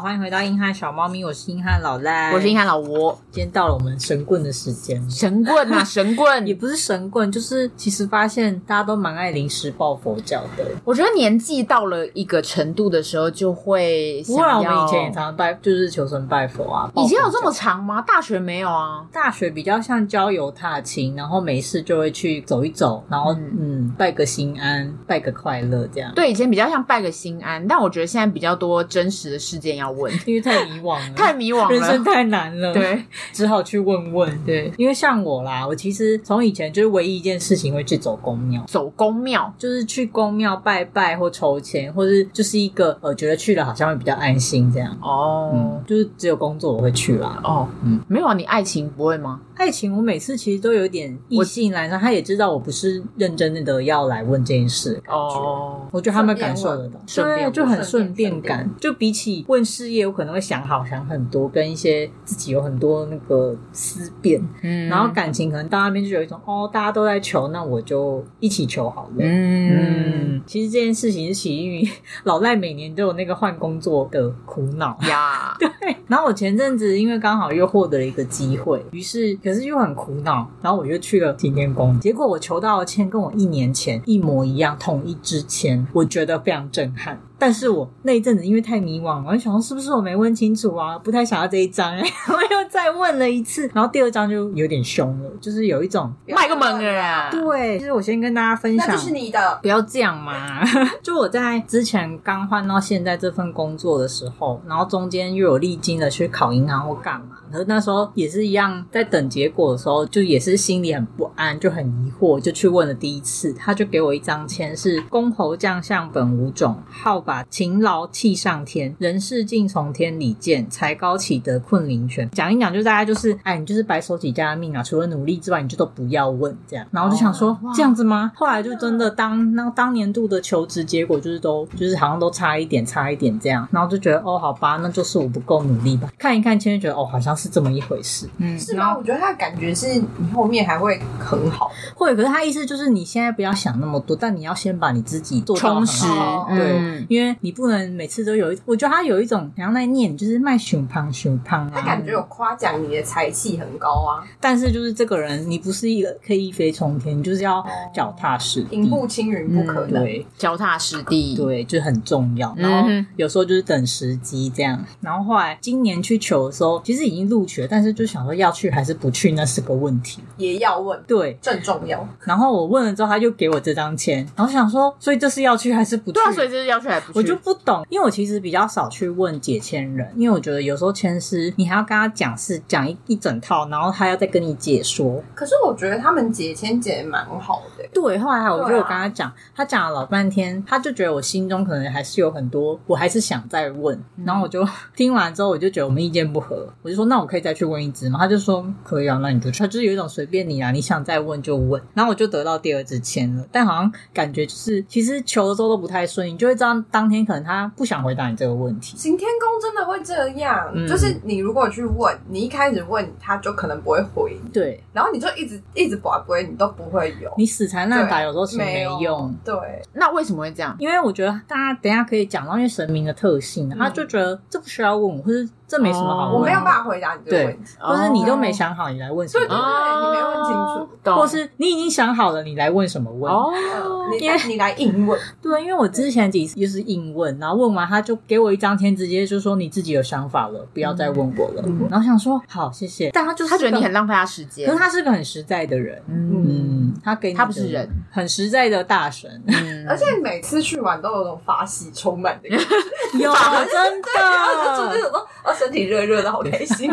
欢迎回到硬汉小猫咪，我是硬汉老赖，我是硬汉老吴。今天到了我们神棍的时间，神棍啊，神 棍也！不是神棍，就是其实发现大家都蛮爱临时抱佛脚的。我觉得年纪到了一个程度的时候，就会不然想我们要。以前也常常拜，就是求神拜佛啊。以前有这抱佛脚么长吗？大学没有啊。大学比较像郊游踏青，然后没事就会去走一走，然后嗯嗯拜个心安，拜个快乐这样。对，以前比较像拜个心安，但我觉得现在比较多真实的事件要 问，因为太迷惘了， 太迷惘人了。生太难了，，对只好去问问。对，因为像我啦，我其实从以前就是唯一一件事情会去走公庙，走公庙，就是去公庙拜拜或抽签，或是就是一个呃觉得去了好像会比较安心这样。哦、嗯，就是只有工作我会去啦。哦，嗯嗯，没有啊，你爱情不会吗？爱情我每次其实都有点意兴阑珊，他也知道我不是认真的要来问这件事，哦，我觉得他们感受得到，顺便对，啊问就很顺顺便便感。就比起问事业，我可能会想好想很多，跟一些自己有很多那个思辨，嗯然后感情可能到那边就有一种哦，大家都在求，那我就一起求好了。嗯嗯，其实这件事情是起因于 老赖每年都有那个换工作的苦恼，呀，然后我前阵子因为刚好又获得了一个机会，于是可是又很苦恼，然后我又去了擎天宫，结果我求到的签跟我一年前一模一样，同一支签，我觉得非常震撼。但是我那一阵子因为太迷惘，我就想说是不是我没问清楚啊？不太想要这一张、 欸，我又再问了一次，然后第二张就有点凶了，就是有一种卖个萌儿啊！对，就是我先跟大家分享，那就是你的。不要这样嘛！就我在之前刚换到现在这份工作的时候，然后中间又有历经了去考银行或干嘛，可是那时候也是一样，在等结果的时候，就也是心里很不安，就很疑惑，就去问了第一次，他就给我一张签，是“公侯将相本无种，好把勤劳气上天，人事尽从天理见，才高岂得困灵泉。”讲一讲，就大概就是，哎，你就是白手起家的命啊！除了努力之外，你就都不要问这样。然后我就想说，哦哇这样子吗？后来就真的当那当年度的求职结果就是都就是好像都差一点，差一点这样，然后就觉得哦，好吧，那就是我不够努力吧。看一看，签就觉得哦，好像是这么一回事。嗯，是吗？我觉得他的感觉是你后面还会很好，会，可是他意思就是你现在不要想那么多，但你要先把你自己做到很充好实，哦对，嗯因为你不能每次都有一，我觉得他有一种然后在念，就是卖熊胖熊胖啊，他感觉有夸奖你的才气很高啊，但是就是这个人，你不是一个可以一飞冲天，你就是要脚踏实地，哦平步青云不可能。嗯对脚踏实地，对，就很重要。嗯然后哼有时候就是等时机这样。然后后来今年去求的时候，其实已经录取了，但是就想说要去还是不去，那是个问题。也要问，对，正重要。然后我问了之后，他就给我这张签，然后想说，所以这是要去还是不去？对啊，所以这是要去还不去，我就不懂，因为我其实比较少去问解签人，因为我觉得有时候签师你还要跟他讲是讲一一整套，然后他要再跟你解说。可是我觉得他们解签解得蛮好的、对，后来我就对啊有跟他讲，他讲了老半天，他就觉得我心中可能还是有很多，我还是想再问。嗯然后我就听完之后，我就觉得我们意见不合，我就说那我可以再去问一只吗？他就说可以啊，那你就去。他就是有一种随便你啊，你想再问就问。然后我就得到第二支签了，但好像感觉就是其实求的时候都不太顺，你就会知道当天可能他不想回答你这个问题。行天宫真的会这样，嗯就是你如果去问，你一开始问他就可能不会回你，对然后你就一直一直拔不会，你都不会有。你死缠烂打，对有时候是没有用。对，那为什么会这样？因为我觉得大家等一下可以讲到，因为神明的特性啊，嗯他就觉得这不需要问我，或是这没什么哦好问，我没有办法回答你这个问题。或是你都没哦想好，你来问什对对对，么，哦你没问清楚。懂，或是你已经想好了，你来问什么问？哦，你因为你来硬问，对，因为我之前几次就是硬问，然后问完他就给我一张签，直接就说你自己有想法了，不要再问我了。嗯然后想说好，谢谢，但他就是他觉得个你很，浪费他时可间是，他是个很实在的人，嗯嗯，他给你他不是的人，很实在的大神，嗯，而且每次去玩都有种法喜充满 的感觉，有真然后就的就。说啊，身体热热的，好开心。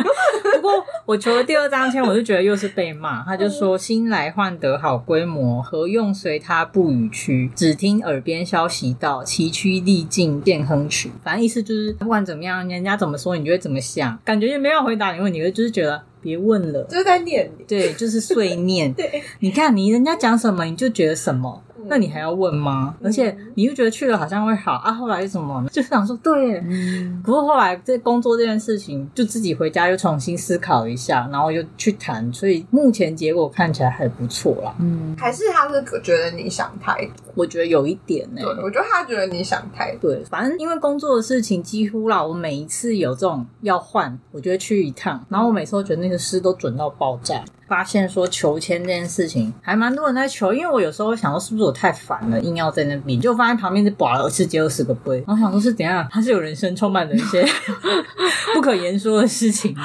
不过我求了第二张签，我就觉得又是被骂。他就说：“新来换得好规模，何用随他不与屈？只听耳边消息到，崎岖历尽见哼曲。”反正意思就是，不管怎么样，人家怎么说，你就会怎么想。感觉也没有回答你问题，就是觉得别问了。 就是在念你。 对，就是碎念。对，你看你人家讲什么，你就觉得什么，嗯那你还要问吗？而且你又觉得去了好像会好啊，后来是什么？就想说对耶，嗯不过后来这工作这件事情，就自己回家又重新思考一下，然后又去谈，所以目前结果看起来还不错啦。嗯，还是他是觉得你想太多，我觉得有一点欸呢、对，我觉得他觉得你想太多。对，反正因为工作的事情，几乎啦，我每一次有这种要换，我就会去一趟。然后我每次都觉得那个诗都准到爆炸。发现说求签这件事情还蛮多人在求，因为我有时候想说是不是我太烦了，硬要在那边，就发现旁边是把了十几二十个杯，然后想说是怎样，他是有人生充满了一些 不可言说的事情吗？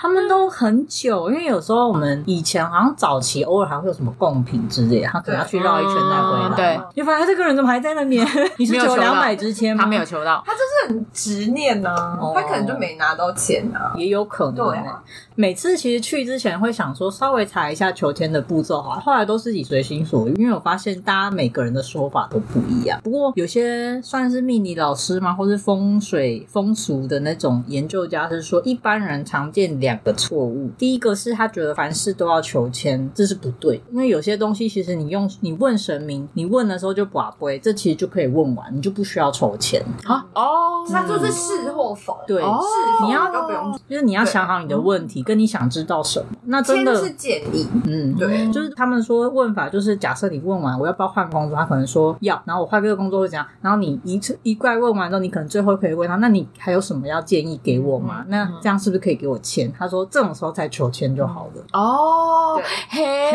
他们都很久，因为有时候我们以前好像早期偶尔还会有什么贡品之类的，他可能要去绕一圈再回来，对嗯就发现这个人怎么还在那 边？你是没有求求到两百之签吗？他没有求到，他就是很执念呐、哦他可能就没拿到钱啊。也有可能、对啊，每次其实去之前会想说稍微查一下求签的步骤啊，后来都自己随心所欲，因为我发现大家每个人的说法都不一样。不过有些算是命理老师嘛，或是风水风俗的那种研究家是说，一般人常见两个错误，第一个是他觉得凡事都要求签，这是不对，因为有些东西其实你用你问神明，你问的时候就把杯，这其实就可以问完，你就不需要筹钱。啊哦，嗯他就是是或否，对哦是否你要都不用。就是你要对想好你的问题，跟你想知道什么。那真签的是建议，嗯，对就是他们说问法就是，假设你问完我要不要换工作，他可能说要，然后我换这个工作会怎样，然后你一次一怪问完之后，你可能最后可以问他，那你还有什么要建议给我吗？那这样是不是可以给我签？他说这种时候才求签就好了。哦，嘿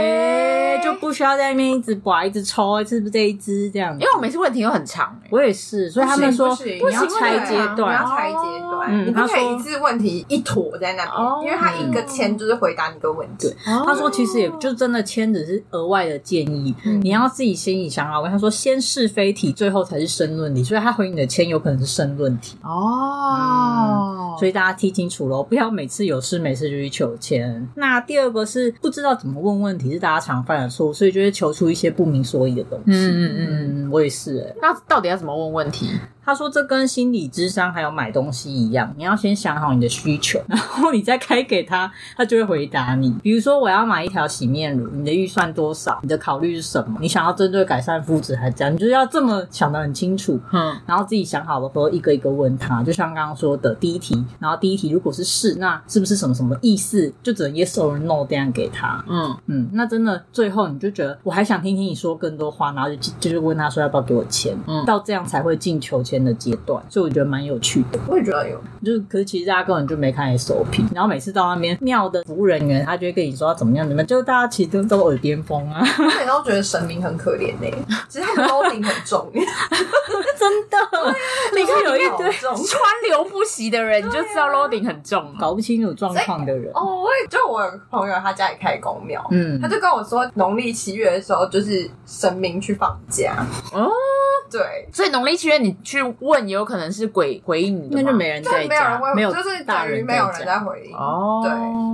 嘿，，就不需要在那边一直拔、一直抽，是不是这一支这样子？因为我每次问题都很长欸我也是，所以他们说不行你要拆阶你要段，拆阶段，嗯你不可他以说一次问题一坨在那哦边，因为他一个签就是回答你一个问题对。他说其实也就真的签只是额外的建议，嗯你要自己心里想好。我跟他说先是非题，最后才是申论题，所以他回你的签有可能是申论题。哦，所以以大家听清楚喽，不要每次有事没事就去求签。那第二个是不知道怎么问问题，是大家常犯的错误，所以就会求出一些不明所以的东西。嗯嗯嗯，嗯，我也是、欸。那到底要怎么问问题？他说这跟心理智商还有买东西一样，你要先想好你的需求， 然后你再开给他，他就会回答你。比如说我要买一条洗面乳，你的预算多少？你的考虑是什么？你想要针对改善肤质还是怎样？你就是要这么想得很清楚。嗯，然后自己想好了，后一个一个问他，就像刚刚说的第一题，然后第一题如果是是，那是不是什么什么意思？就只能 yes or no 这样给他。嗯，嗯，那真的最后你就觉得我还想听听你说更多话，然后就就是问他说要不要给我钱，嗯到这样才会进求签的阶段，所以我觉得蛮有趣的。我也觉得有，就是可是其实大家根本就没看 SOP，然后每次到那边庙的服务人员，他就会跟你说要怎么样怎么样，就大家其实都都耳边风 啊，我每次都觉得神明很可怜呢。其实他们都领很 重，真的，每次有一堆好重。川流不息的人，你就知道 loading 很重 搞不清楚状况的人，哦，我也就我有朋友他家里开公庙，嗯他，就跟我说，农历七月的时候就是神明去放假，哦。对，所以农历七月你去问，有可能是鬼回应你的那吗，就没人就在是没有人家，会，没有就是大等于人没有在人家在回应。哦。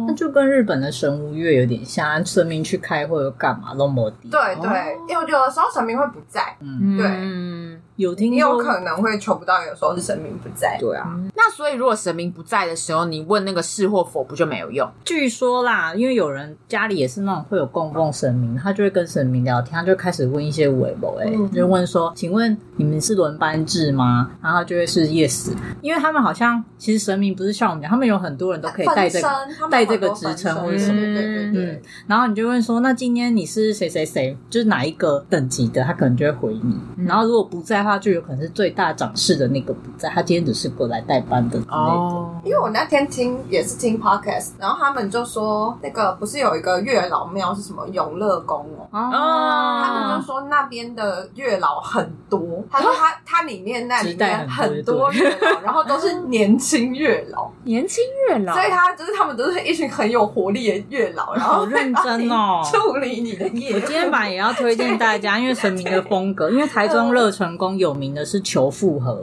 那对就跟日本的神无月有点像，神明去开会又干嘛都没地。对对哦，因为有的时候神明会不在，嗯，有听你说有可能会求不到，有时候是神明不在。对啊，那所以如果神明不在的时候，你问那个是或否，不就没有用？据说啦，因为有人家里也是那种会有供奉神明，他就会跟神明聊天，他就开始问一些微博，哎、嗯就问说，请问你们是轮班制吗？然后他就会是 yes，因为他们好像其实神明不是像我们讲，他们有很多人都可以带这个，分身他们带这个很多职称分身或者什么对对对对嗯对，然后你就问说，那今天你是谁谁谁，就是哪一个等级的，他可能就会回你。然后如果不在的话，就有可能是最大长势的那个不在，他今天只是过来代班的之类的。哦，因为我那天听也是听 podcast，然后他们就说那个不是有一个月老庙是什么永乐宫哦，哦他们就说那边的月老很多，他啊说他他里面那里面很多月老，然后都是年轻月老，年轻月老所 以他就是他们都是一群很有活力的月老，然后好认真 哦会帮你处理你的业我。今天晚也要推荐大家，因为神明的风格，因为台中乐成宫有名的是求复合，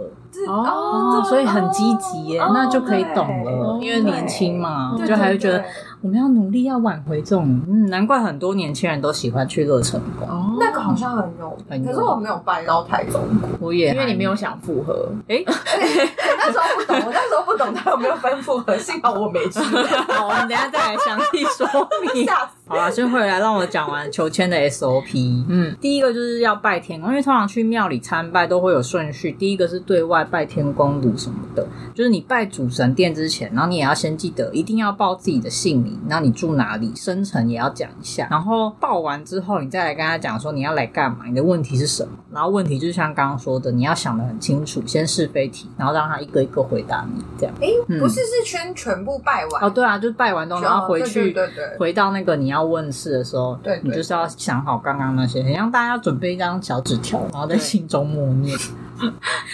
哦所以很积极耶，哦那就可以懂了，对因为年轻嘛，对就还会觉对得对对我们要努力要挽回这种，嗯，难怪很多年轻人都喜欢去乐成宫。哦，那个好像很有很名，有可是我没有拜到台中 过。我也因为你没有还想复合，哎，我那时候不懂，我那时候不懂他有没有分复合，幸好我没 去，好，我们等一下再来详细说 明。吓死。好啦，先回来让我讲完求签的 SOP。嗯，第一个就是要拜天公，因为通常去庙里参拜都会有顺序，第一个是对外拜天公炉什么的，就是你拜主神殿之前，然后你也要先记得一定要报自己的姓名你，然后你住哪里，生辰也要讲一下。然后报完之后，你再来跟他讲说你要来干嘛，你的问题是什么。然后问题就是像刚刚说的，你要想的很清楚，先是非题，然后让他一个一个回答你这样。哎、嗯不是是圈全部拜完，哦，对啊，就是拜完东，哦然后回去对对对对回到那个你要问事的时候，对对你就是要想好刚刚那些，很像大家要准备一张小纸条，然后在心中默 念，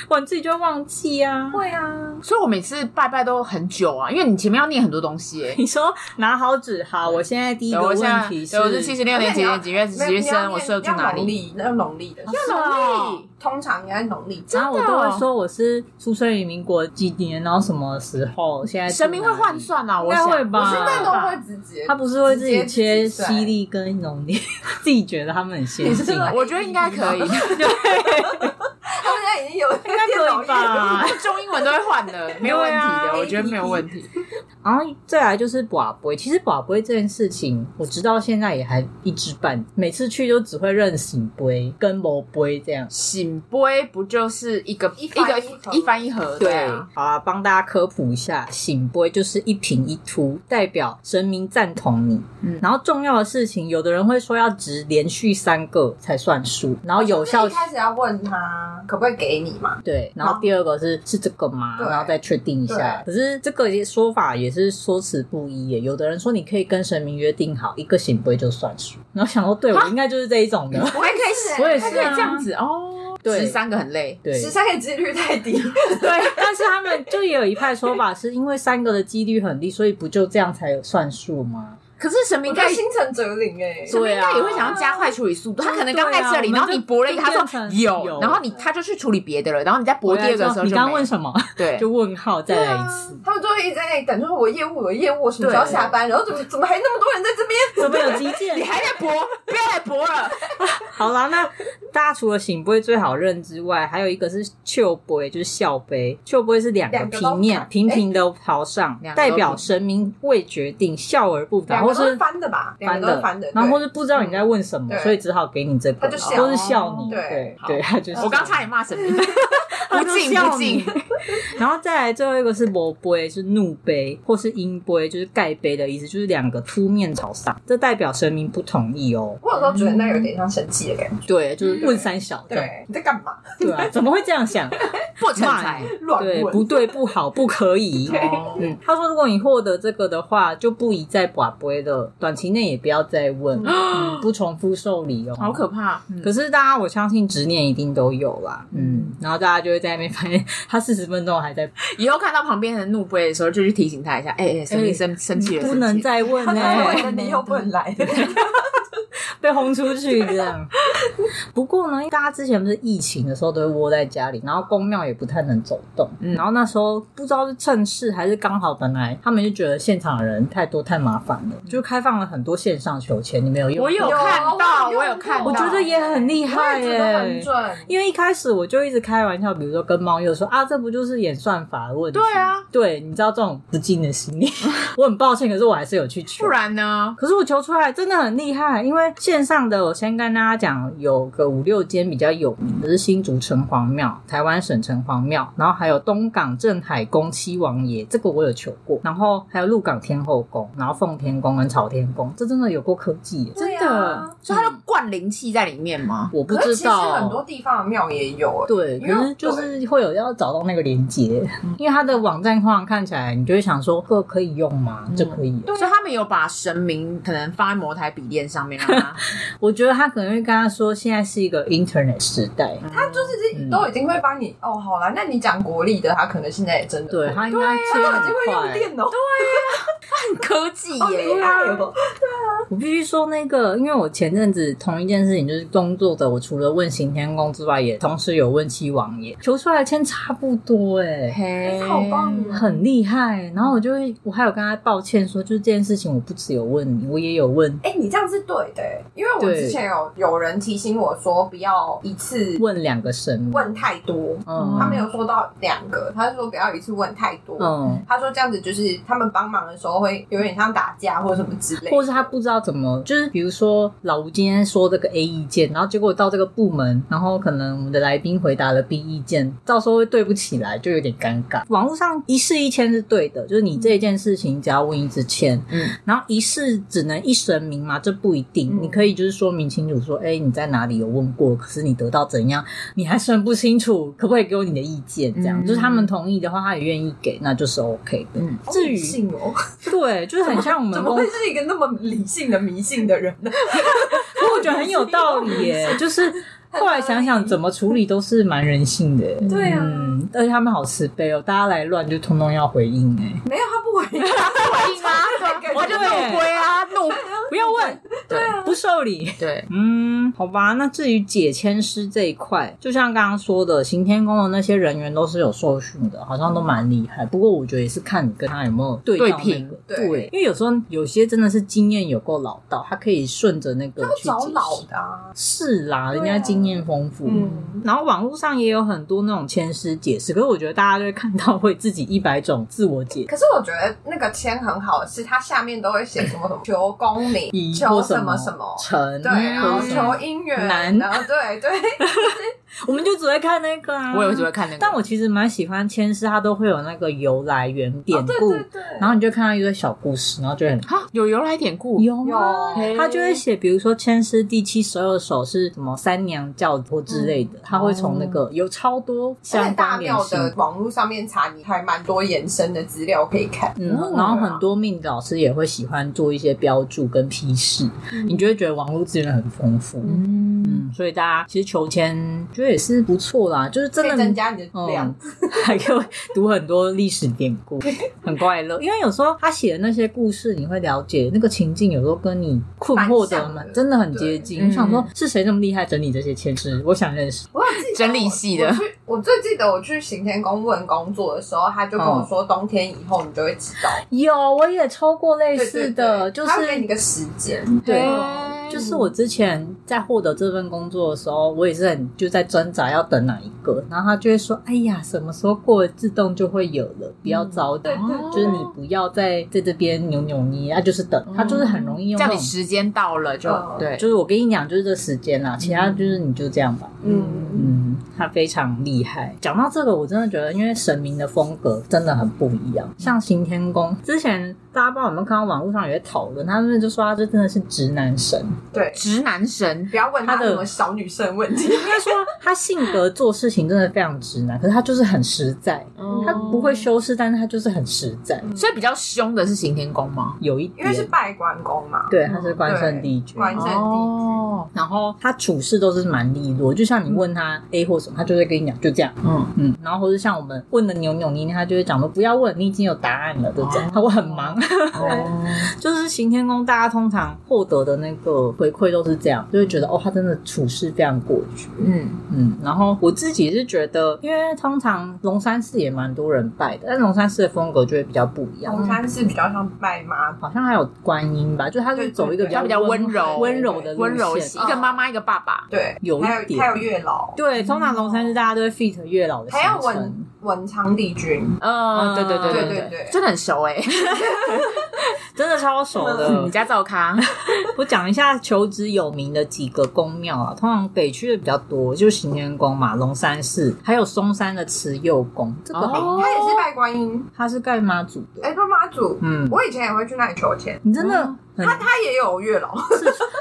不然自己就会忘记啊。会啊，所以我每次拜拜都很久啊，因为你前面要念很多东西、欸。你说拿好纸，好，我现在 第一个对我现在问题是，对我是七十六年几月几月几月生，我适合住哪里？里？要农历的，是哦农历通常应该农历。然后我真的都哦会说我是出生于民国几年，然后什么时候，现在住神明会哪里换，算啊，应我该想会吧？我现在都会直接，他不是会自己直接切计算犀利跟农历， 自己觉得他们很先你是进，说我觉得应该可以，他们现在已经有应应该可以吧？中英文都会换的，没有问题对的，啊我觉得没有问题。然后再来就是寡龟，其实寡龟这件事情，我直到现在也还一知半解，每次去就只会认醒龟跟某龟这样。醒杯不就是一个一一翻个一合一翻一合？对啊，好啦，帮大家科普一下，醒杯就是一平一凸，代表神明赞同你。嗯然后重要的事情，有的人会说要值连续三个才算数，然后有效一开始要问他可不可以给你嘛？对，然后第二个是是这个吗？对然后再确定一下。可是这个说法也是说辞不一耶。有的人说你可以跟神明约定好一个醒杯就算数，然后想说对我应该就是这一 种的。我也可以我也还是啊可以这样子哦。对十三个很累，对十三个几率太低，对，但是他们就也有一派说法，是因为三个的几率很低，所以不就这样才有算数吗？可是神明应应该该神心诚则灵哎。明对应啊该也会想要加快处理速度，他可能对啊刚在这里，我们然后你驳了一个，就他变成说有有，然后你他就去处理别的了，然后你再驳第二个的时候就你刚刚没了问什么？对就问号再来一次。他们就会一直在那里等，说我业务我业务，我什么时候对下班？然后怎么怎么还那么多人在这边？怎么有基建你？还在驳，不要再驳 了。好啦，那大家除了醒杯最好认之外，还有一个是丘杯，就是笑杯。丘杯是两个两个都平面看哎平平的朝上，两个都代表神明未决定，笑而不答，两或个都是是翻的吧，两翻个都是翻的，然后或对是不知道你在问什么，对所以只好给你这个，他就笑哦或是笑你。对对好对，他就是我刚差点骂神 明，他不就敬笑不你敬。 然后再来最后一个是魔杯，是怒杯或是阴杯，就是盖杯的意思，就是两个凸面朝上，这代表神明不同意哦。我有时候觉得那有点像生气的感觉。对，就是问三小，对，你在干嘛？对啊，怎么会这样想？不成才。乱对，问不对，不好，不可以。哦嗯，他说，如果你获得这个的话，就不宜再把杯了，短期内也不要再问，嗯、不重复受理哦。 好可怕！嗯可是大家，我相信执念一定都有啦，嗯，然后大家就会在那边发现，他四十分钟还在，以后看到旁边的怒杯的时候，就去提醒他一下，哎、哎，生哎气生生气了，不能生气了再问他呢、说我你又不能来，被轰出去这样。 不过呢，大家之前不是疫情的时候都会窝在家里，然后公庙也不太能走动。嗯然后那时候不知道是趁势还是刚好，本来他们就觉得现场人太多太麻烦了，就开放了很多线上求签。你们有用？啊我有看到，我有看到，我觉得也很厉害我也觉得很耶。准。因为一开始我就一直开玩笑，比如说跟猫又说啊，这不就是演算法的问题？对啊，对，你知道这种不敬的心理，我很抱歉，可是我还是有去求。不然呢？可是我求出来真的很厉害，因为线上的我先跟大家讲，有个五六间比较有名的是新竹城隍庙、台湾省城隍庙，然后还有东港镇海宫七王爷，这个我有求过，然后还有鹿港天后宫，然后奉天宫跟朝天宫，这真的有过科技耶，对啊所以他就灌灵气在里面吗？我不可是知其实很多道。地方的庙也有，哎对，可是就是会有要找到那个连接，因为它的网站通常看起来，你就会想说，这个可以用吗？这可以所以他们有把神明可能放在魔台笔电上面，啊让他 我觉得他可能会跟他说，现在是一个 Internet 时代，嗯他嗯就是都已经会帮你哦，好啦，那你讲国力的，他可能现在也真的对会啊他应该切他已经很会用快。啊电脑，很科技好耶厉。害哦！我必须说那个，因为我前阵子同一件事情就是工作的，我除了问行天宫之外，也同时有问七王爷，求出来的签差不多哎、嘿好棒哦！很厉害。欸然后我就会，我还有跟他道歉说，就是这件事情我不只有问你，我也有问哎、你这样是对的、因为我对之前有有人提醒我说不要一次问两个神明，问太多，嗯他没有说到两个，他说不要一次问太多。嗯，他说这样子就是他们帮忙的时候会有点像打架或什么之类的，或是他不知道怎么，就是比如说老吴今天说这个 A 意见，然后结果到这个部门，然后可能我们的来宾回答了 B 意见，到时候会对不起来，就有点尴尬。网络上一事一签是对的，就是你这一件事情只要问一次签，嗯， 然后一事只能一神明嘛，这不一定，嗯你可以就是说明清楚说，哎、你在哪里有问过，可是你得到怎样，你还是很不清楚，可不可以给我你的意见？这样、嗯就是他们同意的话，他也愿意给，那就是 OK 的。嗯好至理于性哦，对，就是很像我们 怎么公会是一个那么理性的迷信的人呢？嗯可我觉得很有道理耶，就是后来想想怎么处理都是蛮人性的耶。对啊嗯，而且他们好慈悲哦，大家来乱就通通要回应哎，没有，他不回答，回应啊， 我就怒归啊，怒不要问，对啊不受理。对，嗯，好吧，那至于解签师这一块，就像刚刚说的，行天宫的那些人员都是有受训的，好像都蛮厉害。不过我觉得也是看你跟他有没有对到对那个频对，对因为有时候有些真的是经验有够老道，他可以顺着那个要去找解老释的啊。是啦，人对啊家经验丰富。嗯，然后网络上也有很多那种前师解释，可是我觉得大家就会看到会自己一百种自我解释。可是我觉得那个签很好，是它下面都会写什么什么求功名，以求或什么什么。成，对，然后或什么求姻缘，男然后对对，我们就只会看那个啊。我也只会看那个，但我其实蛮喜欢千师，它都会有那个由来原典哦故，对对对，然后你就看到一堆小故事，然后就很啊有由来典故，有有啊吗？他就会写，比如说《千师》第七十二首是什么三娘教子或之类的，他会从那个有超多嗯哦而且相大关联庙性的网络上面查，你还蛮多延伸的资料可以看。嗯哦，然后很多命理老师也会喜欢做一些标注跟批示，你就会觉得网络资源很丰富。嗯嗯，所以大家其实求签，觉得也是不错啦，就是真可以的增加你的量嗯， 还可以读很多历史典故，很快乐。因为有时候他写的那些故事，你会了解那个情境，有时候跟你困惑蛮的像嘛的，真的很接近。对我想说嗯，是谁这么厉害整理这些签诗？我想认识。我有记得整理系的我去，我最记得我去行天宫问工作的时候，他就跟我说，冬天以后你就会知道。有，我也抽过类对似的，对对就他会给是你个时间，对。嗯就是我之前在获得这份工作的时候，我也是很就在挣扎要等哪一个，然后他就会说：“哎呀，什么时候过了自动就会有了，不要着急，对对对嗯就是你不要在在这边扭扭捏，啊，就是等，他就是很容易用叫那嗯你种。时间到了就嗯对，就是我跟你讲，就是这时间啦，其他就是你就这样吧。嗯，嗯，他非常厉害。讲到这个，我真的觉得，因为神明的风格真的很不一样。像行天宫之前，大家不知道有没有看到网络上有些讨论，他们就说他这真的是直男神，对，直男神不要问他他的什么小女生问 题，应该说他性格做事情真的非常直男，可是他就是很实在，他不会，修饰，但是他就是很实在，嗯所以比较凶的是刑天宫吗？有一因为是点。拜关公嘛，对，他是关圣对帝君，关圣帝君哦，然后他处事都是蛮利落，就像你问嗯他 A 或什么，他就会跟你讲就这样，嗯，嗯，然后或者像我们问的扭扭捏捏，他就会讲说不要问，你已经有答案了，就这样。哦他会很忙， 哦就是行天宫大家通常获得的那个回馈都是这样，就会觉得哦，他真的处事非常果决， 嗯，嗯，然后我自己是觉得，因为通常龙山寺也蛮多人拜的，但龙山寺的风格就会比较不一样。红山是比较像拜妈祖，好像还有观音吧，就它是走一个对对对比较比较温柔温柔的路线温柔系，一个妈妈一个爸爸，对，有一还有点还有月老，对，通常龙山寺大家都会 fit 月老的行还有程文文昌帝君，嗯，对对对对对对对真的很熟哎，真的超熟嗯的 你。家赵康，我讲一下求职有名的几个宫庙啊，通常北区的比较多，就是行天宫嘛、龙山寺，还有松山的慈幼宫。这个好，哦他也是拜观音，它是盖妈祖的。哎，拜妈祖。嗯，我以前也会去那里求签，你真的很，他也有月老，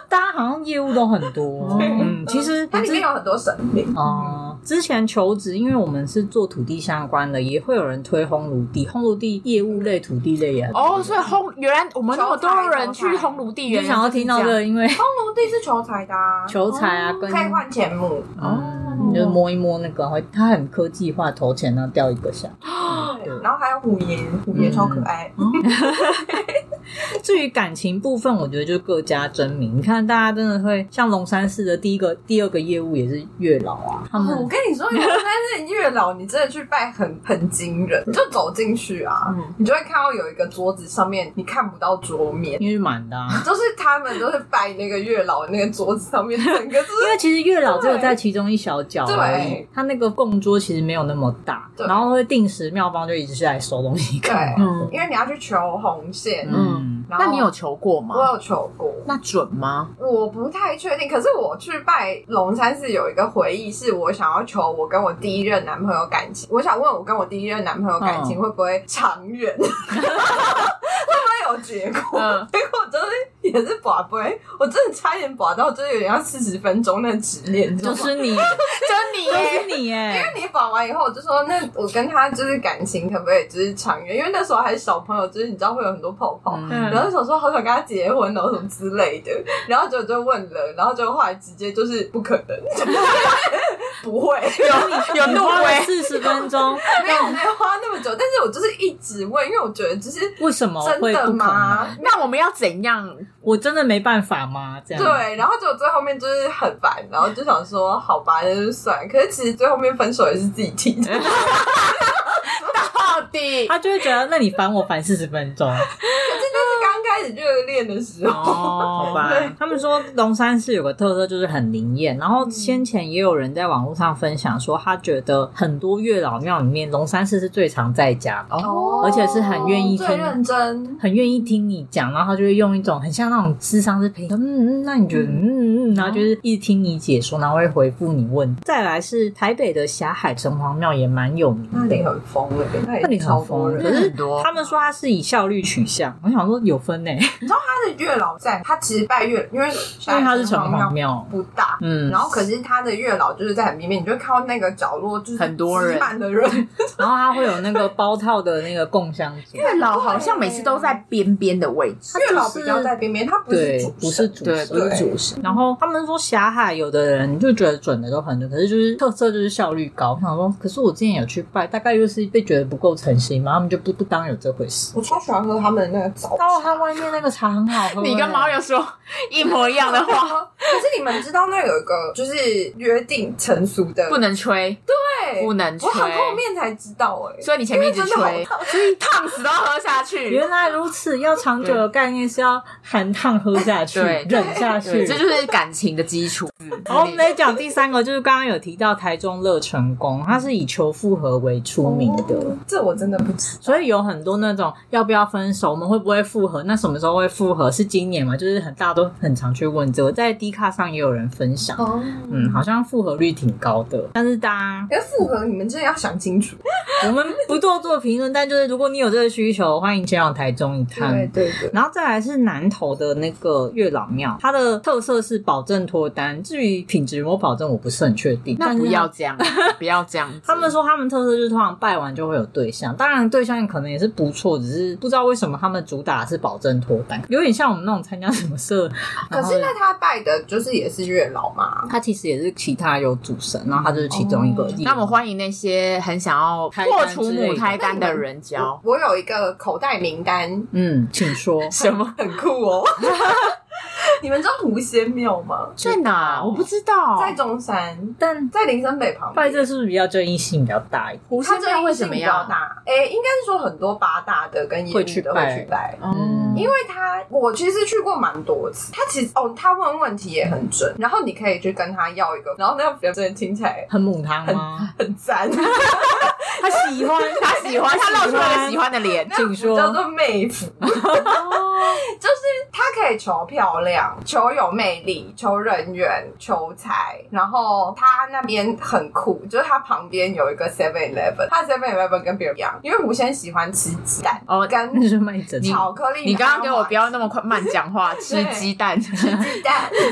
大家好像业务都很多。嗯，其实哦 它里之面有很多神明，哦，之前求职，因为我们是做土地相关的，也会有人推烘炉地，烘炉地业务类、土地类也啊很多哦，所以烘原来我们那么多人去烘炉地，你就原来想要听到这是个，因为通炉地哦是求财的啊，求财啊，跟哦可以换钱木，嗯，你就摸一摸那个，会它很科技化，投钱然后掉一个下，这样，对对，然后还有虎爷，虎爷超嗯可爱。至于感情部分，我觉得就各家争鸣。你看，大家真的会像龙山寺的第一个、第二个业务也是月老啊，他哦我们跟你说，原来是月老，你真的去拜很 很惊人。你就走进去啊，嗯你就会看到有一个桌子上面你看不到桌面，因为满的、啊。就是他们都是拜那个月老那个桌子上面，整个就是因为其实月老只有在其中一小角而已对，他那个供桌其实没有那么大，对然后会定时妙方就一直是来收东西看对嘛。嗯因为你要去求红线。嗯嗯，然后那你有求过我吗？有求过，那准吗？我不太确定。可是我去拜龙山寺有一个回忆，是我想要求我跟我第一任男朋友感情。我想问我跟我第一任男朋友感情嗯会不会长远，会不会有结果？ 嗯结果就是也是寡杯，我真的差点寡到，就是有点像四十分钟那执念，你知道就吗是 你，就你 就是你哎，因为你绑完以后，我就说那我跟他就是感情可不可以就是长远？因为那时候还是小朋友，就是你知道会有很多泡泡，嗯嗯然后想说好想跟他结婚哦什么之类的，然后就就问了，然后就后来直接就是不可能， 不会，有 有你欸怒花了威，四十分 钟，没有没有花那么久，但是我就是一直问，因为我觉得就是为什么真会的不可吗能？？那我们要怎样？我真的没办法吗？这样对，然后就最后面就是很烦，然后就想说好吧，那就算了。可是其实最后面分手也是自己提哎 的，到 底他就会觉得，那你烦我烦四十分 钟，刚开始热恋的时候，哦，好吧对。嗯他们说龙山寺有个特色就是很灵验，然后先前也有人在网络上分享说，他觉得很多月老庙里面龙山寺是最常在家的。哦而且是很愿意最听认真。很愿意听你讲，然后他就会用一种很像那种智商是陪，嗯，嗯那你觉得，嗯嗯，嗯然后就是一直听你解说，然后会回复你问题。再来是台北的霞海城隍庙也蛮有名的，那里很疯哎、欸，那里超很疯人，人。可是很多他们说它是以效率取向，我想说有分欸呢、他的月老在，他其实拜月，因为因因为它是城隍庙，不大，嗯然，后可是他的月老就是在很里面，你就会看到那个角落就是很多人挤满的人，然后它会有那个包套的那个共享组，月老好像每次都在边边的位置，月老比较在边边，他不是对主，不是神主对，神不是主神。然后他们说霞海有的人就觉得准的都很准，可是就是特色就是效率高。我想说，可是我之前有去拜，大概又是被觉得不够诚心嘛，他们就不不当有这回事。我超喜欢喝他们的那个枣然后它 茶。外面那个茶很好喝，你跟毛友说一模一样的话，可是你们知道那有一个就是约定成俗 的，不能吹，对，不能吹我。很后面才知道哎、所以你前面一直因为吹，所以烫死都要喝下去。原来如此，要长久的概念是要含烫喝下去，对对忍下去对，。这就是感情的基 础。嗯好，我们来讲第三个，就是刚刚有提到台中乐成宫，它是以求复合为出名的。这我真的不知道。所以有很多那种要不要分手，我们会不会复合？那什么时候会复合？是今年嘛？就是很大家都很常去问这个，在 D 卡上也有人分享，哦，嗯，好像复合率挺高的。但是大家哎，复合你们真的要想清楚。我们不做做评论，但就是如果你有这个需求，欢迎前往台中一对趟。对对，然后再来是南投的那个月老庙，它的特色是保证脱单，至于品质有没有保证，我不是很确定。那但是不它要这 样，不要这样子。他们说他们特色就是通常拜完就会有对象，当然对象可能也是不错，只是不知道为什么他们主打是保证脱单，有点像我们那种参加什么社。可是那他拜的就是也是月老嘛？他其实也是其他有主神，然后他就是其中一个哦业务。那我们欢迎那些很想要开单破之类的除母胎单的人交。我有一个口袋名单，嗯，请说 什么？很酷哦。你们知道狐仙庙吗？在哪？我不知道。在中山，但在林森北旁边。拜这是不是比较争议性比较大一点？胡它仙庙为什么要要？大？哎、应该是说很多八大的跟业会余去的拜会去拜。嗯，因为他，我其实去过蛮多次。他其实哦，他问问题也很准，然后你可以去跟他要一个，然后那个表真的听起来很母汤吗？很赞，他喜欢，他喜欢，他露出了一个喜欢的脸。请 叫说。做妹夫，就是他可以求漂亮、求有魅力、求人缘、求财，然后他那边很酷，就是他旁边有一个 Seven Eleven，他 Seven Eleven 跟别人不一样，因为狐仙喜欢吃鸡蛋 哦跟 那就卖整套。巧克力。你刚刚给我不标要那么快慢讲话，吃鸡蛋。鸡蛋，对，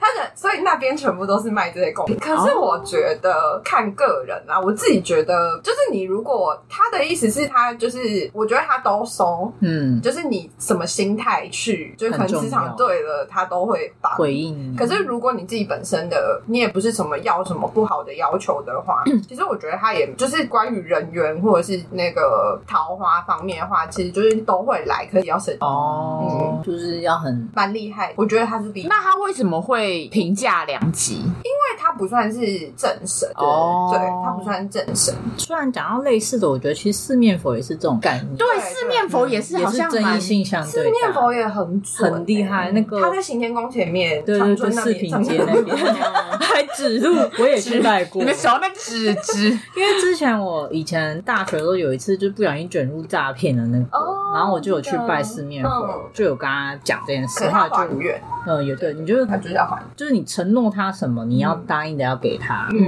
他的所以以那边全部都是卖这些贡品。可是我觉得看个人啊，我自己觉得，就是你如果他的意思是他就是，我觉得他都收，嗯，就是你什么心态去，就是可能很重要磁场对了，他都会帮。回应你。可是如果你自己本身的你也不是什么要什么不好的要求 的话，其实我觉得他也就是关于人缘或者是那个桃花方面的话，其实就是都会来，可以要省哦。就是要很蛮厉害，我觉得他是厉害，那他为什么会评价两极？因为他不算是正神，哦对他不算正神，虽然讲到类似的，我觉得其实四面佛也是这种概念，对，对四面佛也是也好是像争蛮议性相对四大面佛也很准很厉害欸那个他在行天宫前面，对长对春对，那四边平街那边 还指路，我也去拜过你。们手那纸纸，因为之前我以前大学的时候有一次就不小心卷入诈骗的那个，哦然后我就有去拜四面佛嗯，就有跟他讲这件可事，是他后来还就愿，呃也对，你就是他就是要还愿。就是你承诺他什么，你要答应的要给他，嗯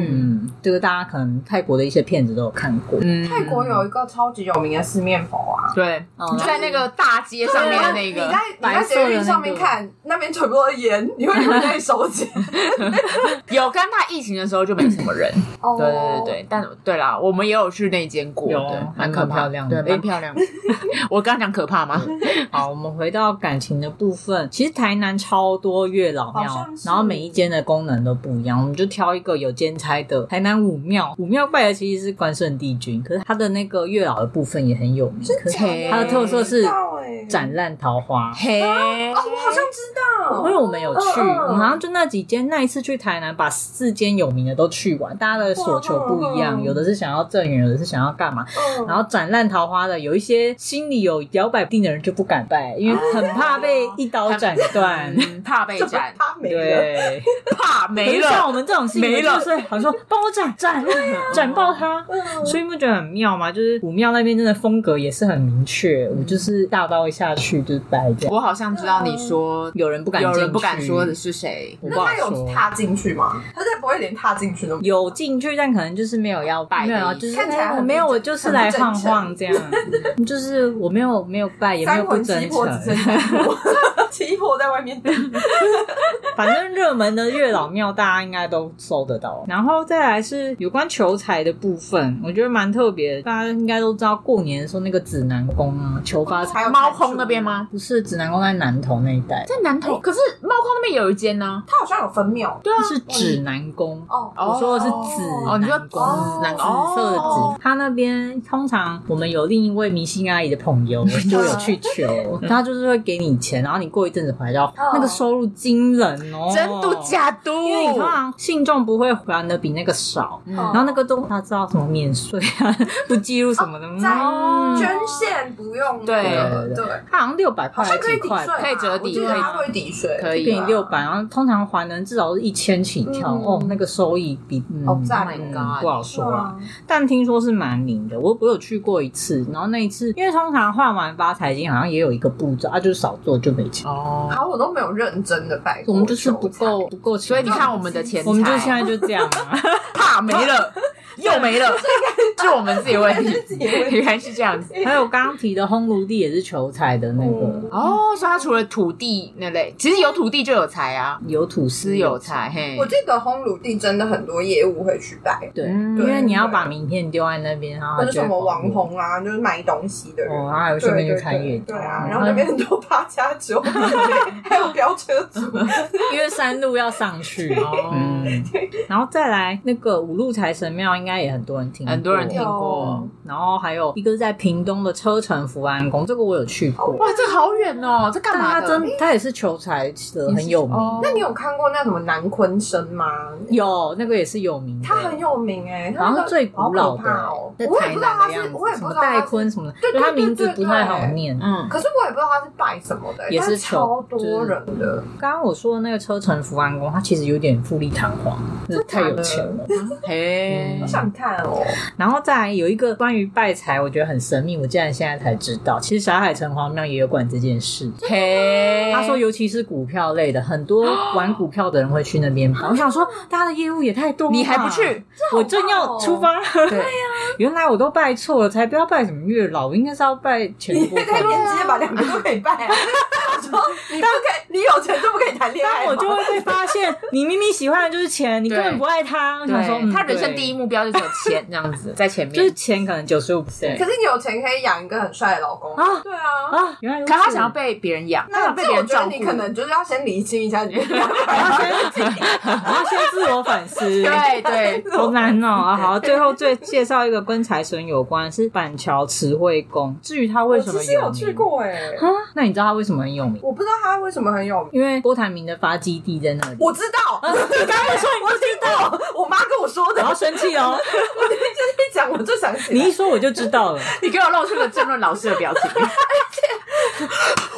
嗯，这个大家可能泰国的一些骗子都有看过，嗯，泰国有一个超级有名的四面佛啊，对，哦就在那个大街上啊面的啊那你个在你在捷运上面白色看，那边全部都是烟，你会以为在收 钱。有跟他疫情的时候就没什么人，哦对对对对，但对啦，我们也有去那间过，有对还蛮可怕漂亮的对，蛮诶漂亮的。我刚刚讲可怕吗？好，我们回到感情的部分，其实台南超多月老好庙像，是然后每一间的功能都不一样，我们就挑一个有兼差的。台南武庙，武庙拜的其实是关圣帝君，可是它的那个月老的部分也很有名，可是假它的特色是展斩烂桃花。嘿，哦，欸我好像知道，因为我们有去，哦嗯嗯我们好像就那几间。那一次去台南，把四间有名的都去完，大家的所求不一哇嗯样，有的是想要正缘，有的是想要干嘛，然后斩烂桃花的，有一些心里有摇摆不定的人就不敢拜，因为很怕被一刀斩 断。嗯怕被怎么斩，他没 了，对，怕可没是像了。我们这种事情，没了就是好像说帮我斩斩斩爆他，所以你不觉得很妙吗？就是武庙那边真的风格也是很明确，我就是大刀一下去就是掰这样，我好像知道你说有人不敢，有人不敢说的，是谁，我那不好他说有。踏进去吗？他才不会连踏进去都有进去，但可能就是没有要拜的没有啊，意思就是看起来哎很我没有，我就是来晃很晃这样，就是我没有没有拜，也没有三不魂真七魄只剩诚。三魄，七魄在 外面。反正热门的月老庙大家应该都搜得到。然后再来是有关求财的部分，我觉得蛮特别的。大家应该都知道，过年的时候那个指南宫啊，求发财还有猫空那边？吗？不是指南宫在南投那一带，在南头，可是猫空那边有一间呢。他好像有分庙对啊，是指南宫。哦哦我说的是紫哦你说南宫，紫紫色的哦紫。他那边通常我们有另一位明星啊阿姨的 朋友就有去求，他就是会给你钱，然后你过一阵子还到，那个收入惊人哦，哦真度假都，因为你通啊常信众不会还的比那个少，嗯然后那个都他知道什么免税啊， 不记录什么的，哦在嗯捐献不用对对对，他好像六百块好还是像可以几抵块税吧，吧，可以折抵我记得他会抵税，可以给你啊六百，然后通常还能至少是一千起跳，嗯哦，那个收益比嗯好赞嗯 Oh my god 不好说啦。哇但听说是蛮灵的，我我有去过一次，然后那一次因为通常换完发财金好像也有一个步骤，啊，就是少做就没钱，哦，好，我都没有认真的拜过，我们就是不够不够钱，所以你看我们的钱财，我们就现在就这样啊。怕没了，又没了，是我们自己的问题，原来是这样子。 还有刚刚提的烘炉地也是求财的那嗯个，哦，所以它除了土地那类，其实有土地就有财啊，有土司私嗯有财。嘿我，记得烘炉地真的很多业务会去拜，对，嗯因为你要把名片丢在那边，然后或他者就什会么帮网你，红啊，就是卖东西的哦，人。然后还有顺便去看夜对景，对啊，然后那边很多八加九， 还有飙车 族，哦因为山路要上 去。哦嗯， 然后再来那个五路财神庙，应该也很多人听过，哦很多人听过有。然后还有一个在屏东的车城福安宫，这个我有去过，哇，这好远哦，这干但嘛它的？真它也是求财的，很有名。哦那你有看过那什么南昆生吗？有那个也是有名的，他很有名哎，他好那个像最古老好的可怕哦，在我也台不知道他南的样是，子，我也什不么知道他戴是坤什么的，对对就他名字对对不太对好念。嗯，可是我也不知道他是拜什么的欸，也是但求超多人的，刚刚我说的那个车城福安宫，它其实有点富丽堂皇，就是太有钱了。嘿我，想看哦。然后再来有一个关于拜财，我觉得很神秘，我竟然现在才知道，其实小海城隍庙也有管这件事。嘿，他说，尤其是股票类的，很多玩股票的人会去那边拜。我想说，大家的业务也太多了吧，你还不去？ 我正要出发。对，原来我都拜错了，才不要拜什么月老，我应该是要拜钱你 多在快乐链接把两个都可以 办啊！我说你不可以，你有钱就不可以谈恋爱但吗，我就会被发现，你明明喜欢的就是钱，你根本对不爱他。我想说，对，嗯他人生对第一目标就只有钱这样子，在前面。就是钱可能九十五可 percent 是你有钱可以养一个很帅的老公啊对啊，啊，原来如此可他想 要被别人养，他那想被别这我人觉照得顾。你可能就是要先理清一下你的想我要法。先，我要先自我反思。对 对，好难哦、啊！好，最后最介绍一个跟财神有关，是板桥慈惠宫。至于他为我什其么实有名去过哎、啊？那你知道他为什么很有名？我不知道他为什么很有名。因为郭台铭的发基地在那里。我知道，你刚刚说你不知道，我妈跟我说的我。要生气哦、一讲我就想 起你来一，说我就知道了。你给我露出了争论老师的表情。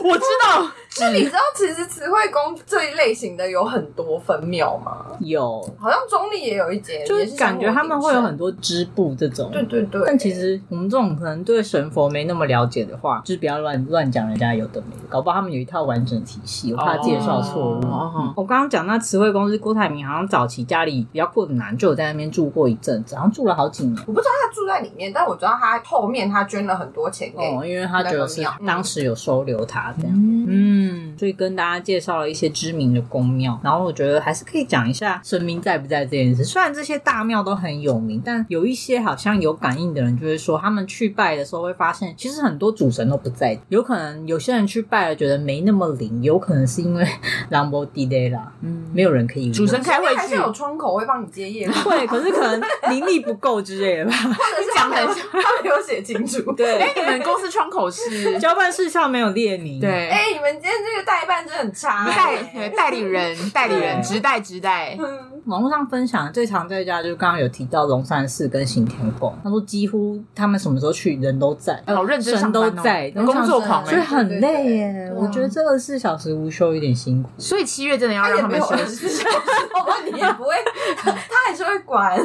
我知道，是你知道其实慈惠宫这一类型的有很多分庙吗？有，好像中立也有一间，就也是是感觉他们会有很多。多支部这种。对对对，但其实我们这种可能对神佛没那么了解的话，就是不要乱乱讲人家有的没的，搞不好他们有一套完整体系，我怕介绍错误。哦嗯我刚刚讲那词汇公司郭台铭，好像早期家里比较困难，就有在那边住过一阵子，好像住了好几年。我不知道他住在里面，但我知道他后面他捐了很多钱给。哦，因为他觉得是那个庙当时有收留他这样。嗯，嗯，所以跟大家介绍了一些知名的宫庙，然后我觉得还是可以讲一下神明在不在这件事。虽然这些大庙都很有名，但有一些好像有感应的人就会说，他们去拜的时候会发现，其实很多主神都不在。有可能有些人去拜了，觉得没那么灵，有可能是因为兰博迪雷啦，嗯，没有人可以主神开会还是去，有窗口会帮你接业务，会，可是可能灵力不够之类的 吧。或者是他没有 他没有写清楚。对哎，，你们公司窗口是？ 交办事项没有列明。。对， 哎、你们今天这个代办真的很差、代对欸。代理人，代理人，对直代直代，嗯，网络上分享最常在家，就是刚刚有提到龙山寺跟行天宫，他说几乎他们什么时候去人都在，好认真上班神都哦在，然后工作狂所以哎。很累耶。对对对我觉得这二十四小时无休有点辛苦。所以七月真的要他让也他没们有休二息 十。四小时，你也不会，他还是会管。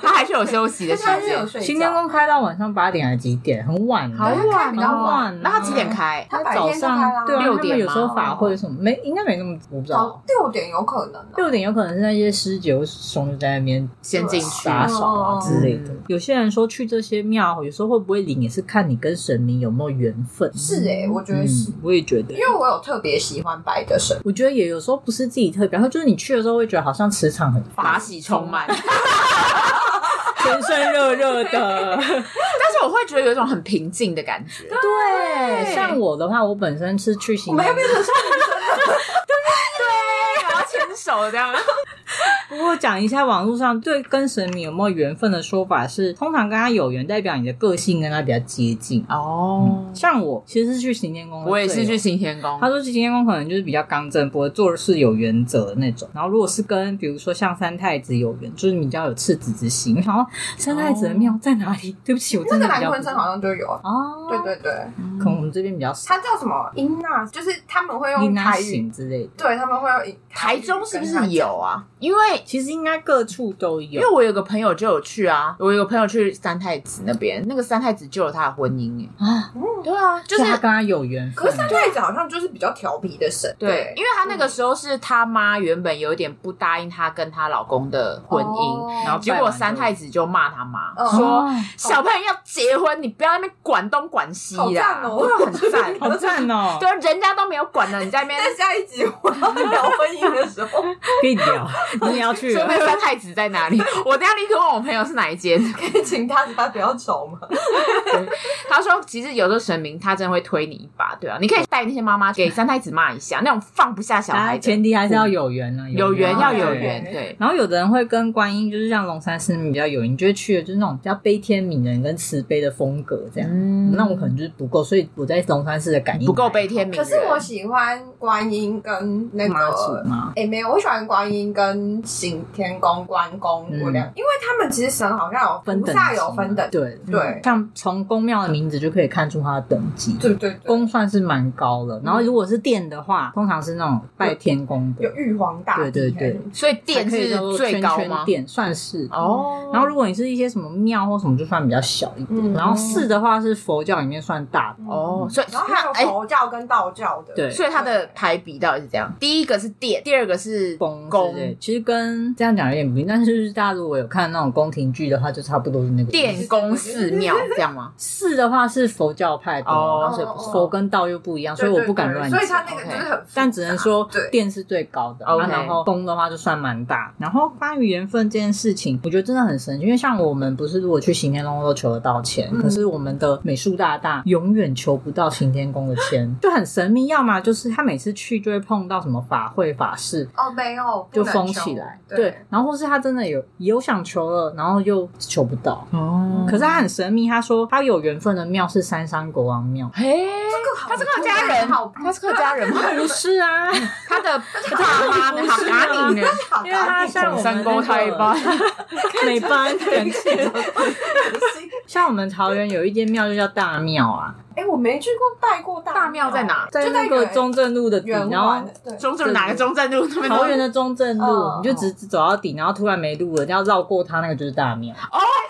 他还是有休息的时他是间有，睡觉行天宫开到晚上八点还是几点？很晚的，好啊晚哦很晚。那他几点？开？他白早天就开啦上对啊，六他点们有时候吗法会什么没，应该没那么，我不知道早。六点有可能、啊。六点有可能是那些师姐或兄弟在那边先进去。打扫啊哦之类的嗯。有些人说去这些庙，有时候会不会灵，也是看你跟神明有没有缘分。是哎、我觉得是，嗯，我也觉得因。为我有特别喜欢白的神，我觉得也有时候不是自己特别，然后就是你去的时候会觉得好像磁场很法喜充满， 但 全身热热 的。是我会觉得有一种很平静的感觉。对，像我的话，我本身是去我行们天要变成少女神了。对，然后牵手这样。不过讲一下网络上对跟神明有没有缘分的说法是，通常跟他有缘，代表你的个性跟他比较接近。哦，像我其实是去行天宫的最有，我也是去行天宫他，说，行天宫可能就是比较刚正，不会做事有原则的那种。然后，如果是跟比如说像三太子有缘，就是比较有赤子之心。然后，三太子的庙在哪里？ 对不起，我那真个的比南较不昆知山道。好像就有啊，哦，对，对对，可能我们这边比较少。他叫什么？英娜，就是他们会你用拿台语，行之类的，对他们会用台中是不是有啊？因为其实应该各处都因有为。我有个朋友就有去啊，我有个朋友去三太子那边，那个三太子救了他的婚姻，啊，哎，对啊，就就是是他跟他有缘可分是。三太子好像就是比较调皮的神，对，因为她那个时候是她妈原本有点不答应她跟她老公的婚姻，哦然后结果三太子就骂她妈、嗯说哦：“小朋友要结婚，你不要在那边管东管西好啦赞，哦对，很 赞。”好赞哦，对，人家都没有管了，你在那边在下一集我要聊婚姻的 时候，可以聊，你也要去说了那三太子在哪里？ 我等一下立刻问我朋友是哪一间。可以请他他不要吵嘛。他说，其实有时候神明他真的会推你一把，对啊，你可以带那些妈妈给三太子骂一下，那种放不下小当孩然的，前提还是要有缘呢，有缘要有对缘，对。然后有的人会跟观音，就是像龙山寺那边比较有缘，你就会去的就是那种比较悲天悯人跟慈悲的风格这样。嗯那我可能就是不够，所以我在龙山寺的感应不够悲天悯可人。是我喜欢观音跟那妈祖个。吗？哎、没有，我喜欢观音跟行天宫、关公嗯我两，因为他们其实神好像有分菩等萨级有分等，对对嗯像从宫庙的名字就可以看出它的等级。对对对，宫算是蛮高的，然后如果是殿的话，通常是那种拜天宫的有，玉皇大帝，对对对，所以才殿可以是叫做最高圈圈吗？殿算是。哦，然后如果你是一些什么庙或什么，就算比较小一点。嗯然后寺的话是佛教里面算大的，哦，所以然后还有哎，佛教跟道教的，对所以它的排比到底是这样：第一个是殿，第二个是宫之类的宫，其实跟跟这样讲有点不一，但是就是大家如果有看那种宫廷剧的话，就差不多是那个意思电工寺庙这样吗？寺的话是佛教派的，哦所以佛跟道又不一样，所以我不敢乱所讲以。他那个就是很复杂，但只能说对殿是最高的， OK 啊然后宫的话就算蛮大。然后关于缘分这件事情，我觉得真的很神奇，因为像我们不是如果去行天宫都求得到签，嗯可是我们的美术大大永远求不到行天宫的嗯签，就很神秘。要么就是他每次去就会碰到什么法会法事，哦没有就不能封求起来，对。对，然后或是他真的有有想求了，然后又求不到。哦可是他很神秘，他说他有缘分的庙是三山国王庙，嘿，好他是客家人，好他是客家人吗？哎不是啊，他的爸妈呢？好咖喱呢？好因为他打像我红们山沟那胎个 吧，美班感谢。你的心 像我们桃园有一间庙就叫大庙啊，哎，我没去过拜过大大庙在哪在就那个圆中正路的底，圆然后环，对，中正哪个中正路？桃园的中正路，嗯你就直直走到底，然后突然没路了，要绕过它那个就是大庙。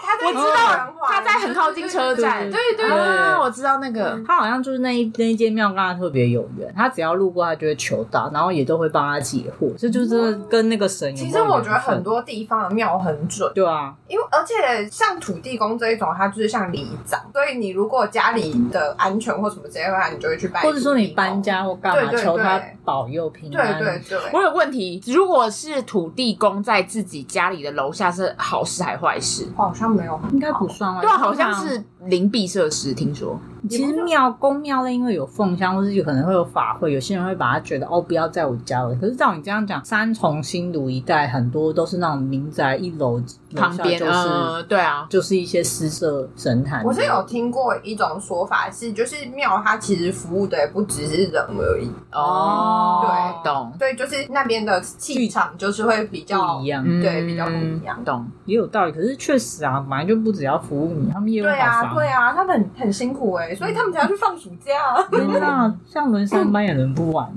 他在我知道圆环他在很靠近车站，对对对对啊，我知道那个他好像就是那一那一间庙跟他特别有缘，他只要路过他就会求到，然后也都会帮他解惑，这就是真的跟那个神有没有哦其实我觉得缘分很多地方的庙很准，对啊，因为而且像土地公这一种，它就是像里长，所以你如果家里的安全或什么之类的话，你就会去拜。或者说你搬，家或干嘛，对对对求他保佑平对安。啊对对，我有问题，如果是土地公在自己家里的楼下是好事还坏事？好像没有。应该不算外对啊，好像是灵璧设施，听说其实庙公庙类因为有奉香，或是有可能会有法会，有些人会把它觉得哦，不要在我家了。可是照你这样讲，三重新芦一带很多都是那种民宅，一楼旁边楼下就是、呃，对啊，就是一些私设神坛。我是有听过一种说法是，就是庙它其实服务的也不只是人而已，哦，对懂，对，就是那边的气场就是会比较不一。样，嗯对比较不一样嗯懂。也有道理。可是确实啊，本来就不只要服务你，他们业务对好啊，发。对啊，他们很很辛苦哎、所以他们才要去放暑假、天哪，这样轮上班也轮不完，啊